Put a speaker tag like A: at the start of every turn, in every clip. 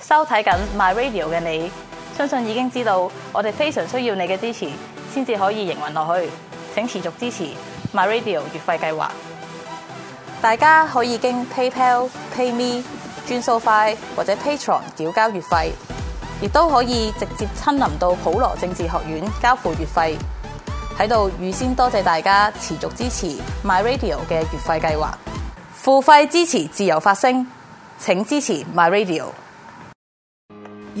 A: 收睇緊 My Radio 嘅你，相信已經知道我哋非常需要你嘅支持，先至可以營運落去。請持續支持 My Radio 月費計劃。大家可以經 PayPal、PayMe、轉數快或者 Patreon 繳交月費，亦都可以直接親臨到普羅政治學院交付月費。喺度預先多謝大家持續支持 My Radio 嘅月費計劃，付費支持自由發聲，請支持 My Radio。
B: 二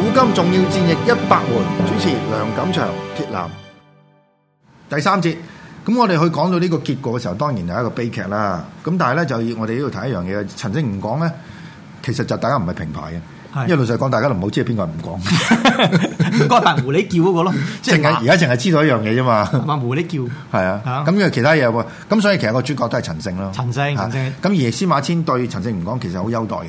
C: 古今重要戰役一百回，主持梁錦祥、鐵男。第三節，咁我哋去講到呢個結果嘅時候，當然係一個悲劇啦。咁但係咧，就要我哋呢度睇一樣嘢，陳星唔講咧，其實就大家唔係平牌嘅，
D: 係
C: 因為老實講，大家都唔好知係邊個唔講，
D: 應該扮狐狸叫嗰個咯，即
C: 淨係而
D: 係
C: 家淨係知道一樣嘢啫嘛。
D: 扮狐狸叫。
C: 係啊
D: 啊，
C: 咁嘅其他嘢喎，咁所以其實個主角都係陳勝咯。
D: 陳勝
C: 啊
D: 陳
C: 咁而司馬遷對陳勝唔講，其實好優待嘅，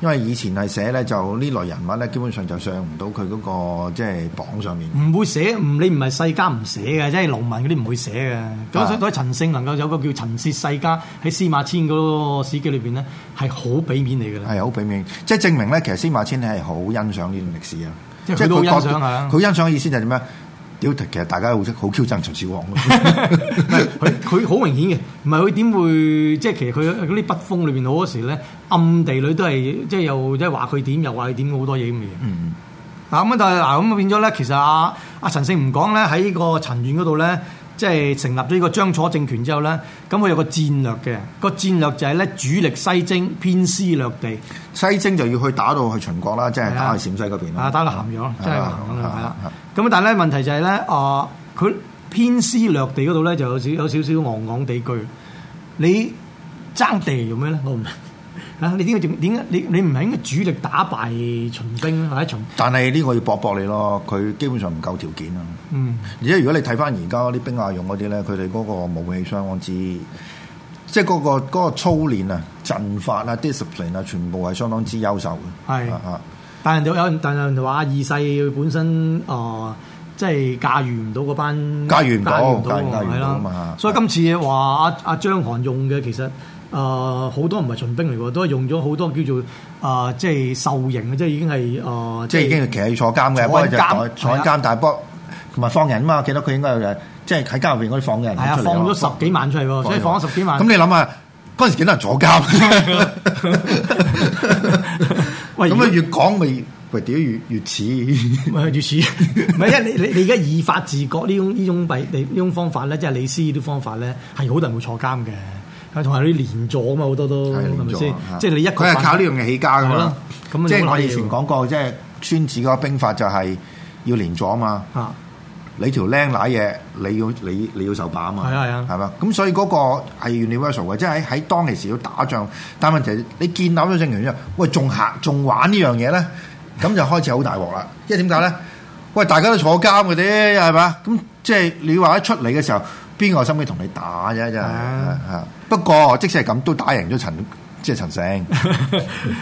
C: 因為以前係寫咧就呢類人物咧，基本上就上唔到佢嗰個即係榜上面。
D: 唔會寫，唔你唔係世家唔寫嘅，即係農民嗰啲唔會寫嘅。
C: 啊
D: 咁所以陳勝能夠有個叫陳涉世家喺司馬遷嗰個史記裏邊咧，係好俾面你嘅啦。
C: 係好俾面，即係證明咧，其實司馬遷係好欣賞呢段歷史啊！
D: 即係佢都好
C: 覺得
D: 欣賞啊
C: 佢欣賞嘅意思就係點樣？屌，其實大家好好 Q 憎秦始皇咯
D: 佢佢好明顯嘅，唔係佢點會即係其實佢嗰啲北風裏邊好多時咧，暗地裏都係即係又即係話佢點，又話佢點好多嘢咁嘅嘢。
C: 嗯，
D: 嗱咁啊但係嗱咁啊變咗咧，其實阿阿陳勝唔講咧喺呢個陳縣嗰度咧，即係成立咗呢個張楚政權之後咧，咁佢有個戰略嘅，個戰略就係咧主力西征，偏師略地，
C: 西征就要去打到去秦國啦，即係
D: 係啊
C: 打去陝西嗰邊啦
D: 啊打到咸陽，真係咸陽啦，係啦。咁但係咧問題就係咧，啊佢偏師略地嗰度咧就有少有少少昂昂地居，你爭地做咩咧？我唔明 啊！你點解仲點解你你唔係應該主力打敗秦兵或者秦
C: 但係呢個要搏搏你咯，佢基本上唔夠條件啊。
D: 嗯？
C: 而且如果你睇翻而家啲兵馬俑嗰啲咧，佢哋嗰個武器相安之，即係嗰、個嗰、個操練啊、陣法啊、discipline 啊，全部係相當之優秀嘅。
D: 係
C: 啊啊
D: 但人哋有人，但有人就話啊二世佢本身誒、呃即係駕馭唔到嗰班
C: 駕馭唔到
D: 駕馭
C: 駕馭唔
D: 係
C: 到啊
D: 啦
C: 嘛
D: 所以今次話阿啊阿張韓用嘅其實誒呃好、多唔係秦兵嚟喎，都係用咗好多叫做誒、呃即係受刑嘅，即係已經係誒、呃
C: 即係已經其實要坐監嘅，
D: 坐緊
C: 不過就
D: 監
C: 坐緊
D: 係啊
C: 監，但係不過同埋放人啊嘛，記得佢應該有即係喺監入邊嗰啲放人
D: 係啊
C: 出嚟
D: 放
C: 啊
D: 咗十幾萬出嚟喎，所以放咗十幾萬。
C: 咁你諗下，嗰陣時幾多人坐監？
D: 喂
C: 咁啊越講咪喂屌越越 似。
D: 咪 越似，唔係因為你你你而家以法治國呢種呢種弊呢呢種方法咧，即係李斯呢啲方法咧，係好多人會坐監嘅，係同埋啲連坐啊嘛，好多都
C: 係
D: 係咪先？即係你一個
C: 啊佢係
D: 犯
C: 靠呢樣嘢起家噶
D: 係
C: 嘛
D: 咯。咁
C: 即
D: 你
C: 係
D: 好
C: 我
D: 難
C: 哋以前講過，即係孫子嗰個兵法就係要連坐啊嘛。
D: 啊，
C: 你條僆奶嘢，你要你你要受把啊嘛。
D: 係啊係啊嗯
C: 係嘛？咁所以嗰個係 universal 嘅，即係喺喺當其時要打仗，但問題你建立咗政權之後，喂仲行仲玩呢樣嘢咧，咁就開始好大鑊啦。因為點解咧？喂，大家都坐監嘅啫，係嘛？咁即係你話一出嚟嘅時候，邊個有心機同你打啫？真係
D: 啊
C: 啊不過即使係咁，都打贏咗陳即係陳勝。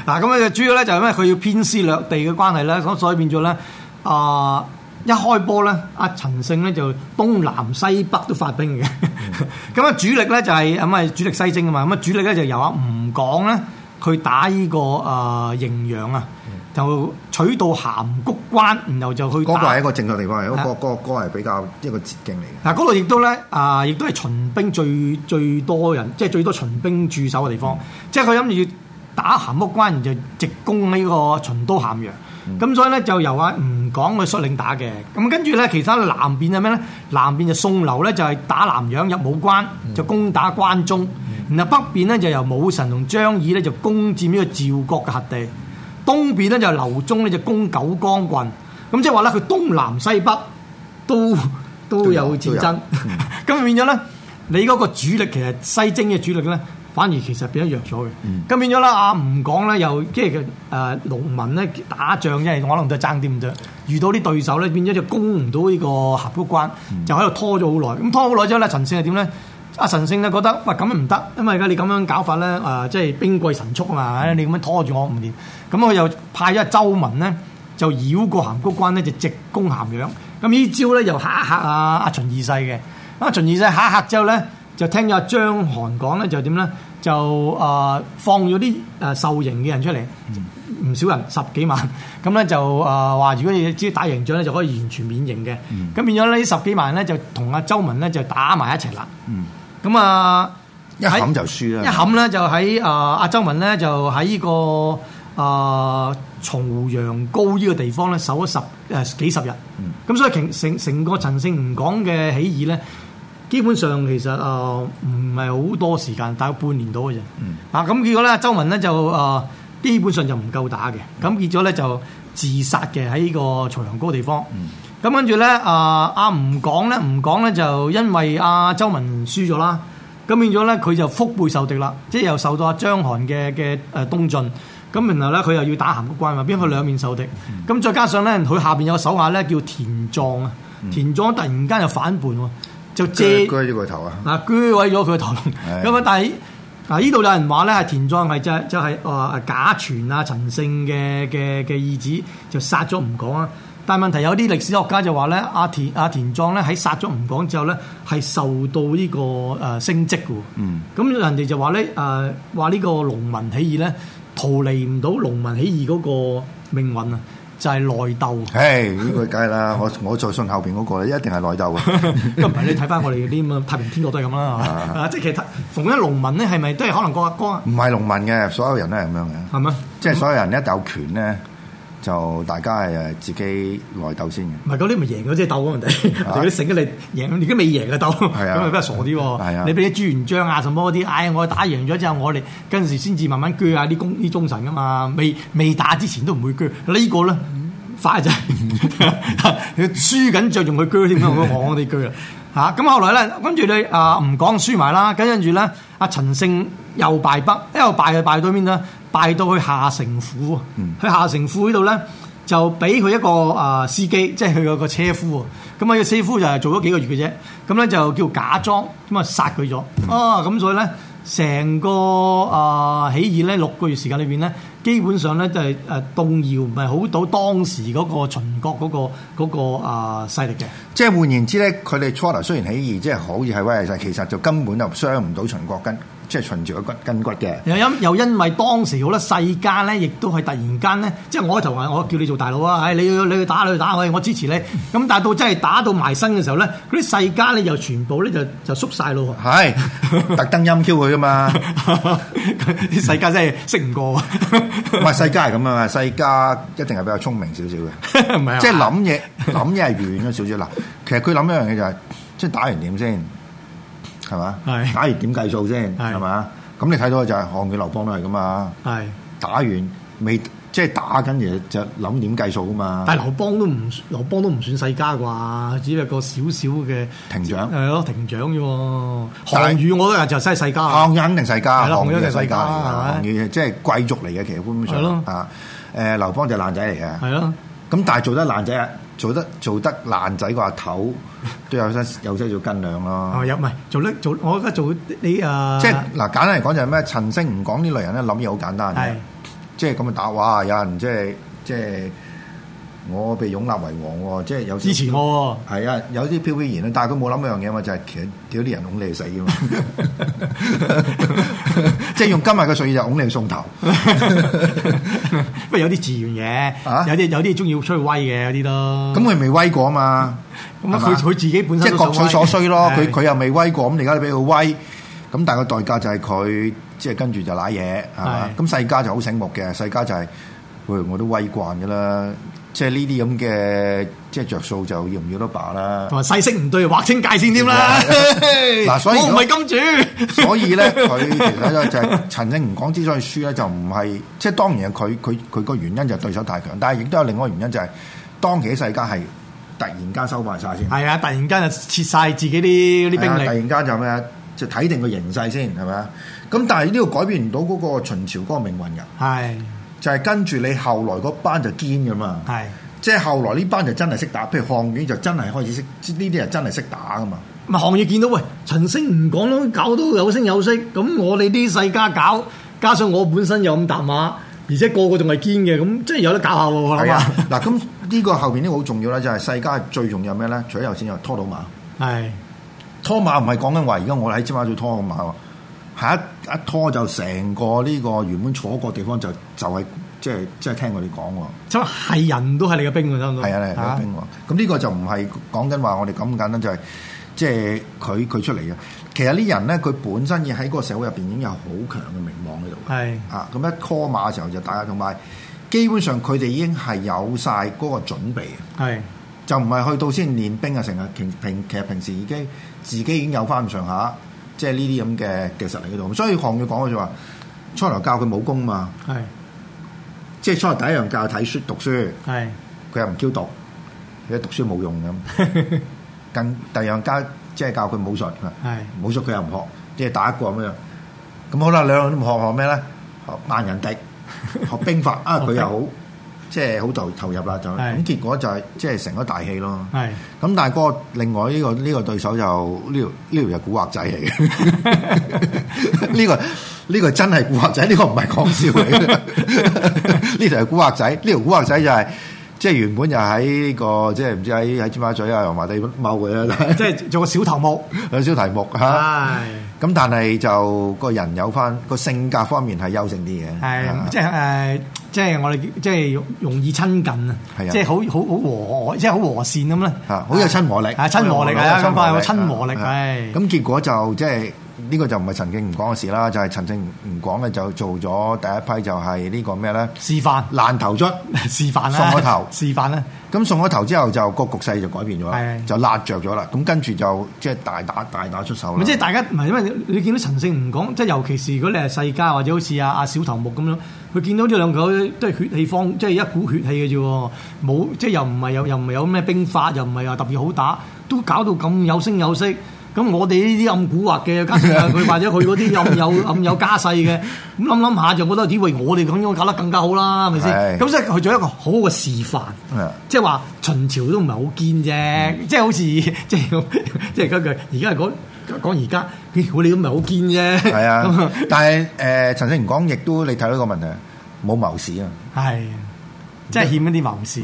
D: 嗱咁咧主要咧就係因為佢要偏私掠地嘅關係咧，咁所以變咗咧啊一開波咧，阿陳勝咧就東南西北都發兵嘅，
C: 嗯
D: 咁啊、主力咧就係咁啊主力西征啊嘛，咁啊主力咧就由阿吳廣咧去打呢、個啊營養啊，就取到函谷關，然後就去
C: 嗯嗰個
D: 打
C: 係一個正確地方嚟，嗰
D: 啊
C: 個嗰個嗰個係比較一個捷徑嚟嘅。
D: 嗱，嗰度亦都咧啊，亦都係秦兵最最多人，即係最多秦兵駐守嘅地方。即係佢諗住要打鹹屋關，然就直攻呢個秦都咸陽。咁、所以咧就由阿吳廣去率領打嘅。咁跟住咧，其他南邊係咩咧？南邊就宋留咧就係打南陽入武關，就攻打關中。然後北邊咧就由武臣同張耳咧就攻佔呢個趙國嘅轄地。東邊咧就劉忠咧就攻九江郡，咁即係話咧佢東南西北都都有
C: 都有
D: 戰爭， 咁變咗咧你嗰個主力其實西征嘅主力咧。反而其實變咗弱咗嘅，咁、變咗啦。阿吳講咧又即係誒農民咧打仗，因為可能都係爭啲咁啫。遇到啲對手咧，變咗就攻唔到呢個峽谷關，就喺度拖咗好耐。咁拖好耐之後咧，陳勝係點咧？阿神聖咧覺得喂咁樣唔得，因為而家你咁樣搞法咧，誒、即係兵貴神速啊嘛，係咪你咁樣拖住我唔掂，咁佢又派咗周文咧就繞過函谷關咧就直攻咸陽，咁呢招咧又嚇一嚇啊阿秦二世嘅，咁啊秦二世嚇一嚇之後咧就聽咗阿張韓講咧就點咧就誒、呃放咗啲誒受刑嘅人出嚟。唔少人十幾萬，咁咧就誒話、如果你只要打贏仗咧，就可以完全免刑嘅。咁、
C: 嗯
D: 變咗呢十幾萬咧就同阿周文咧就打埋一齊啦。咁啊，
C: 嗯一冚就輸
D: 一
C: 啦。
D: 冚咧就喺啊阿周文咧就喺呢、個啊重陽高呢個地方咧守咗十誒、呃、幾十日，咁、所以成成成個陳勝吳廣嘅起義咧。基本上其實啊唔係好多時間，大概半年到嘅啫。啊咁結果咧，周文咧就啊、呃基本上就唔夠打嘅，咁結咗咧就自殺嘅喺呢個曹陽高地方。咁跟住咧啊阿吳廣咧，吳廣咧就因為阿、周文輸咗啦，咁變咗咧佢就腹背受敵啦，即係又受到阿張韓嘅嘅誒東進。咁然後咧，佢又要打函谷關嘛，邊佢兩面受敵。咁、再加上咧，佢下邊有個手下咧叫田壯啊，田壯突然間又反叛喎，就借
C: 鋸咗個頭啊！
D: 啊鋸毀咗佢嘅頭龍。
C: 係
D: 咁啊，但係啊，呢度有人話咧係田莊係就就係啊假傳啊陳勝嘅嘅嘅意旨，就殺咗吳廣啊。但係問題有啲歷史學家就話咧，阿田阿田莊咧喺殺咗吳廣之後咧，係受到呢、個誒、呃升職嘅喎。
C: 嗯
D: 咁人哋就話咧誒話呢個農民起義咧逃離唔到農民起義嗰個命運啊，就係、內鬥。
C: 唉，呢個梗係啦，我我再信後邊嗰個咧，一定係內鬥啊！
D: 咁唔係你睇翻我哋啲咁嘅太平天國都係咁啦，係嘛
C: 啊
D: 啊即係其實逢一農民咧係咪都係可能個個
C: 唔係農民嘅，所有人都係咁樣嘅，
D: 係咪？
C: 即係所有人一有權咧，就大家係誒自己內鬥先嘅。
D: 唔係嗰啲咪贏咗即係鬥嗰人哋，人哋嗰啲醒咗 你贏，你而家未贏嘅鬥，
C: 啊係啊
D: 咁咪比較傻啲
C: 係啊
D: 喎。你俾啲朱元璋啊什麼嗰啲，唉，我打贏咗之後，我哋跟時先至慢慢鋸下啲功啲忠臣噶嘛，未未打之前都唔會鋸。呢 個咧快就係 你輸緊着用佢鋸添，我我哋鋸啦嚇。咁後來咧，跟住你啊唔講輸埋啦，跟住咧阿陳勝又敗北，一路敗就敗到邊咧？敗到去下城府啊，
C: 嗯
D: 去下城府呢度咧。就俾佢一個啊、司機，即係佢個個車夫喎。咁啊，個車夫就係做咗幾個月嘅啫。咁咧就叫假裝，咁啊殺佢咗。啊，咁所以咧，成個啊、起義咧六個月時間裏邊咧，基本上咧就係、誒、動搖唔係好到當時嗰個秦國嗰、個嗰、個啊、勢力嘅。
C: 即係換言之咧，佢哋初頭雖然起義，即係好似係威勢，其實就根本就傷唔到秦國根，即係秦朝嘅骨筋骨嘅。
D: 又因又因為當時好多世家咧，亦都係突然間咧，即係我開頭話我叫你做大佬啊，唉、你要你去打你去打，我我支持你。咁但係到真係打到埋身嘅時候咧，嗰啲世家咧又全部咧就就縮晒咯喎。
C: 係特登陰 Q 佢噶嘛？
D: 啲世界真係識 唔過，
C: 唔係世家係咁啊，世家一定係比較聰明少少嘅。
D: 唔係啊
C: 即係諗嘢諗嘢係遠咗少少。嗱， 其實佢諗一樣嘢就係、即係打完點先，係嘛？
D: 係
C: 打完點計數先，
D: 係
C: 係嘛？咁你睇到嘅就係項羽劉邦都係噶嘛，
D: 係，
C: 打完未即係打緊嘢就諗點計數噶嘛。
D: 但係劉邦都唔劉邦都唔算世家啩，只係個少少嘅
C: 庭長
D: 係啊咯庭長啫喎。
C: 但係
D: 項羽我都係就真係世家，
C: 項羽肯定世家，
D: 係啦
C: 項羽
D: 項羽一定
C: 係世
D: 世
C: 家嚟
D: 家係
C: 㗎，
D: 咪
C: 項羽即係貴族嚟嘅，其實基本
D: 係
C: 上
D: 咯
C: 啊。誒，劉邦就係爛仔嚟嘅，
D: 係咯，
C: 咁但係做得爛仔啊，做得做得爛仔個阿頭都有些有些少斤兩咯。
D: 啊又唔係做得做，我覺得做你啊，
C: 即係嗱，簡單嚟講就係咩？陳星唔講呢類人咧，諗嘢好簡單嘅
D: 係，
C: 即係咁啊打哇！有人即係即係我被擁立為王喎，即係有時
D: 支持。我喎。
C: 係啊，有啲飄飄然啦，但係佢冇諗一樣嘢嘛，就係其實屌啲人拱你死啊 嘛， 即係用今日嘅術語就拱你送頭。
D: 不過有啲自願
C: 啊
D: 嘅，有啲有啲中意出去威嘅，有啲都
C: 咁佢未威過啊嘛，
D: 咁啊
C: 係嘛
D: 佢佢自己本身
C: 即係
D: 都
C: 各取
D: 想威
C: 所需咯。
D: 係
C: 佢佢又未威過，咁你而家你俾佢威，咁但係個代價就係佢即係跟住就賴嘢係嘛？
D: 係
C: 咁世家就好醒目嘅，世家就係、喂我都威慣㗎啦，即係呢啲咁嘅即係着數就要唔要得罷啦。
D: 同埋細息唔對，劃清界線添啦。
C: 啊 嗱所以
D: 我
C: 如
D: 唔
C: 果
D: 係金主，
C: 所以咧，佢其實咧就係陳正唔講之所以輸咧，就唔係即係當然係佢佢佢個原因就係對手太強，但係亦都有另外一個原因就係、當其時世界係突然間收埋晒先，
D: 係啊！突然間就切晒自己啲啲
C: 係啊
D: 兵
C: 突
D: 力，
C: 然間就咩啊就睇定個形勢先係咪啊？咁但係呢個改變唔到嗰個秦朝嗰個命運㗎，
D: 係
C: 就係、啊跟住你後來嗰班就堅㗎嘛。
D: 係
C: 即係後來呢班就真係識打，譬如項羽就真係開始識，呢啲係真係識打㗎嘛。
D: 咪行業見到喂陳星唔講都搞到有聲有色，咁我哋啲世家搞，加上我本身有咁搭馬，而且個個仲係堅嘅，咁即係有得搞下喎，我諗
C: 係啊
D: 啊，，
C: 嗱咁呢個後邊呢個好重要啦，就係、世界最重要係咩咧？除咗有錢，又拖到馬。
D: 係
C: 拖馬唔係講緊話，而家我哋喺尖沙咀拖個馬喎，係一一拖就成個呢個原本坐過地方就就係即係即係聽佢哋講喎，
D: 即係人都係你嘅兵喎，差唔多
C: 係啊，你係兵喎。咁呢個就唔係講緊話我哋咁簡單，就係即係佢佢出嚟嘅。其實呢人咧，佢本身已喺個社會入邊已經有好強嘅名望喺度嘅。
D: 係
C: 啊，咁一 call 馬嘅時候就大家同埋，基本上佢哋已經係有晒嗰個準備嘅。
D: 係
C: 就唔係去到先練兵啊，成日平平其實平時已經自己已經有翻咁上下，即係呢啲咁嘅嘅實力喺度。所以項羽講嘅就話，初頭教佢武功嘛，
D: 係
C: 即係初頭第一樣教佢睇書讀書，
D: 係
C: 佢又唔嬌讀，佢讀書冇用咁。更第二樣教即係教佢武術，
D: 係
C: 武術佢又唔學，即係打一個咁樣。咁好啦，兩樣都唔學，學咩咧？學萬人敵，學兵法啊！佢又好即係好投投入啦，就
D: 係
C: 咁結果就係即係成咗大器咯。
D: 係。
C: 咁但係嗰個另外呢、個呢、個對手就呢條呢條就古惑仔嚟嘅， 呢、個呢、個真係古惑仔，呢、個唔係講笑嚟嘅，呢條係古惑仔，呢條古惑仔就係、即係原本就喺呢、個即係唔知喺喺尖沙咀啊油麻地踎嘅 啦，
D: 即係做個小頭目。
C: 兩小題目嚇。
D: 係
C: 咁但係就個人有翻個性格方面係優勝啲嘅，
D: 係即係誒，即係我哋即係容容易親近啊啊
C: 係啊，
D: 即係好好好和即係好和善咁咧，
C: 嚇，啊好有親和力，
D: 係親和力啊，咁啊有親和力係
C: 咁結果就即係呢個就唔係陳正唔講嘅事啦，就係陳正唔講嘅就做咗第一批就係呢個咩咧
D: 示範
C: 爛 頭卒，
D: 示範啦，
C: 送咗頭
D: 示範啦，
C: 咁送咗頭之後就個局勢就改變咗啦，
D: 係
C: 就辣着咗啦，咁跟住就即係大打大打出手啦
D: 咪。即係大家唔係因為你你見到陳勝唔講，即係尤其是如果你係世家或者好似阿阿小頭目咁樣，佢見到呢兩個都係血氣方，即係一股血氣嘅啫喎，冇即係又唔係有又唔係有咩兵法，又唔係話特別好打，都搞到咁有聲有色。咁我哋呢啲暗古惑嘅，加上佢或者佢嗰啲暗有暗有家世嘅，咁諗諗下就覺得，咦喂，我哋咁樣搞得更加好啦，係咪
C: 係
D: 先？咁所以佢做一個好好嘅示範
C: 嗯，
D: 即係話秦朝都唔係好堅啫，即係好似 即係即係嗰句，而家係講講而家，咦我哋都唔係好堅啫。
C: 係
D: 咁
C: 啊，但係誒、呃、陳正唔講，亦都你睇到一個問題，冇謀士啊，
D: 係即係欠一啲謀士，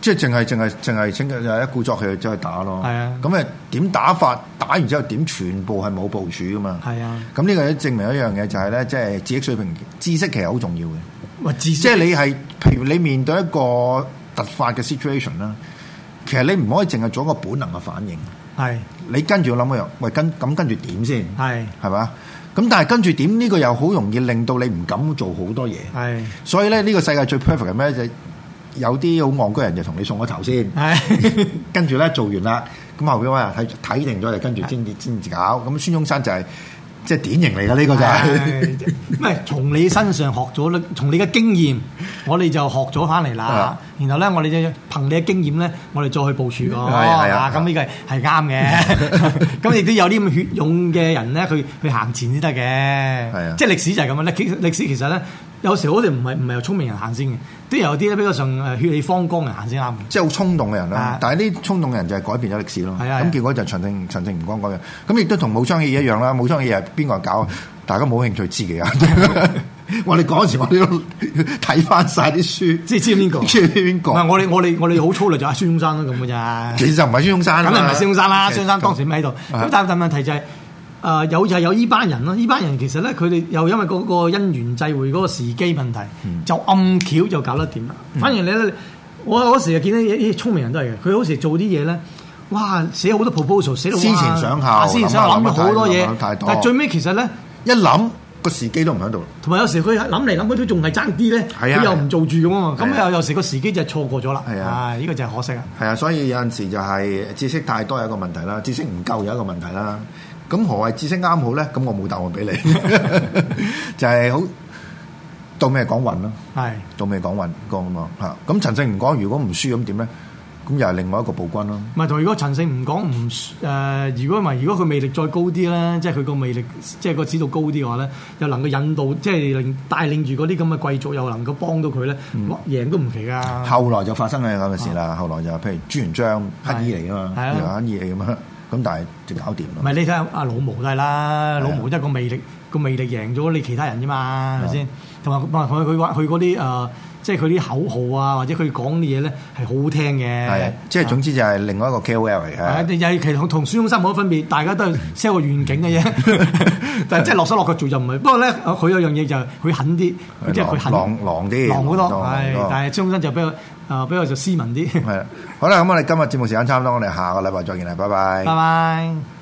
C: 即係淨係淨係淨係清就一鼓作氣走去打咯。
D: 係啊
C: 咁誒點打法？打完之後點全部係冇部署噶嘛？
D: 係啊，
C: 咁呢個都證明一樣嘢就係咧，即係知識水平、知識其實好重要嘅。
D: 喂自
C: 即係你係，譬如你面對一個突發嘅 situation 啦，其實你唔可以淨係做一個本能嘅反應，
D: 係
C: 你跟住要諗一樣，喂跟咁跟住點先，
D: 係
C: 係嘛？咁但係跟住點呢個又好容易令到你唔敢做好多嘢。
D: 係
C: 所以咧，呢個世界最 perfect 係咩？就係有啲好戇居人就同你送咗頭先。
D: 係
C: 跟住咧做完啦，咁後邊話睇睇定咗就跟住先至先至搞。咁孫中山就係、即係典型嚟嘅呢個就係、
D: 係唔係從你身上學咗啦， 從你嘅經驗，我哋就學咗翻嚟啦
C: 啊。
D: 然後咧，我哋就憑你嘅經驗咧，我哋再去部署咯。
C: 係啊係啊
D: 嗱咁呢個係係啱 嘅。咁亦都有啲咁血勇嘅人咧，佢佢行前先得
C: 係啊
D: 嘅。即係歷史就係咁樣咧。其歷史其實咧，有時好似唔係唔係由聰明人行先嘅，都有啲咧比較上誒血氣方剛嘅人行先啱嘅。
C: 即係好衝動嘅人啦
D: 啊。
C: 但係呢啲衝動嘅人就係改變咗歷史咯。
D: 係啊係啊
C: 咁結果就陳正陳正唔光嗰樣。咁亦都同武昌起義一樣啦。武昌起義係邊個人搞？啊大家冇興趣知嘅 啊。我哋嗰時我哋都 睇翻晒啲書，
D: 即係知邊個？
C: 知邊
D: 唔係
C: 個？
D: 我哋我哋我哋好粗略就阿孫中山都咁嘅咋。
C: 其實啊就唔係孫中山啦
D: 梗係唔係孫中山啦？孫中山當時
C: 咁
D: 咪喺度。
C: 啊
D: 咁但但問題就係、誒有就係有依班人咯，依班人其實咧，佢哋又因為嗰個姻緣際會嗰個時機問題，
C: 嗯
D: 就暗橋就搞得掂啦。反而你咧，我嗰時就見到啲聰明人都係嘅，佢好似做啲嘢咧，哇寫好多 proposal，寫到哇
C: 思前想後
D: 啊思前想後
C: 諗
D: 諗
C: 下
D: 咗好多
C: 諗下
D: 嘢
C: 諗太，多
D: 但係最尾其實咧。
C: 一諗個時機都唔喺度。
D: 同埋有時佢諗嚟諗去都仲係爭啲咧，
C: 係啊
D: 佢又唔做住咁啊嘛，
C: 係啊
D: 咁又有時個時機就錯過咗啦。
C: 係啊
D: 呢個就係可惜啊。
C: 係啊，所以有陣時就係知識太多有一個問題啦，知識唔夠有一個問題啦。咁何謂知識啱好咧？咁我冇答案俾你，就係好到咩講運咯，
D: 係
C: 到咩講運講咁啊嚇。咁陳勝唔講，如果唔輸咁點咧？咁又係另外一個暴君咯。
D: 唔係同如果陳勝唔講唔誒，如果唔係如果佢魅力再高啲咧，即係佢個魅力即係個指導高啲嘅話咧，又能夠引導即係令帶領住嗰啲咁嘅貴族，又能夠幫到佢咧，哇贏都唔奇㗎。
C: 後來就發生咗咁嘅事啦。後來就譬如朱元璋乞衣嚟噶
D: 係
C: 嘛，
D: 啊
C: 又乞衣嚟咁樣，咁但係就搞掂
D: 唔
C: 啦。
D: 係你睇下阿老毛都係啦，老毛都係啊個魅力個魅力贏咗你其他人啫嘛，係啊咪先？同埋同埋佢佢話佢嗰啲誒，即係佢啲口號啊，或者佢講啲嘢咧係啊好好聽
C: 係
D: 嘅。
C: 即係總之就係另外一個 KOL 嚟
D: 係啊，
C: 嘅。
D: 你又係其實同孫中山冇乜分別，大家都係 sell 個願景 嘅啫，但係即係落手落腳做就唔係。不過咧，啊佢有樣嘢就係佢狠啲，
C: 係
D: 即係佢狠
C: 狼狼啲
D: 狼好多。
C: 狼好多
D: 係，但係孫中山就比較誒比較就斯文啲。
C: 係啦，好啦，咁我哋今日節目時間差唔多，我哋下個禮拜再見啦，拜拜
D: 拜。拜。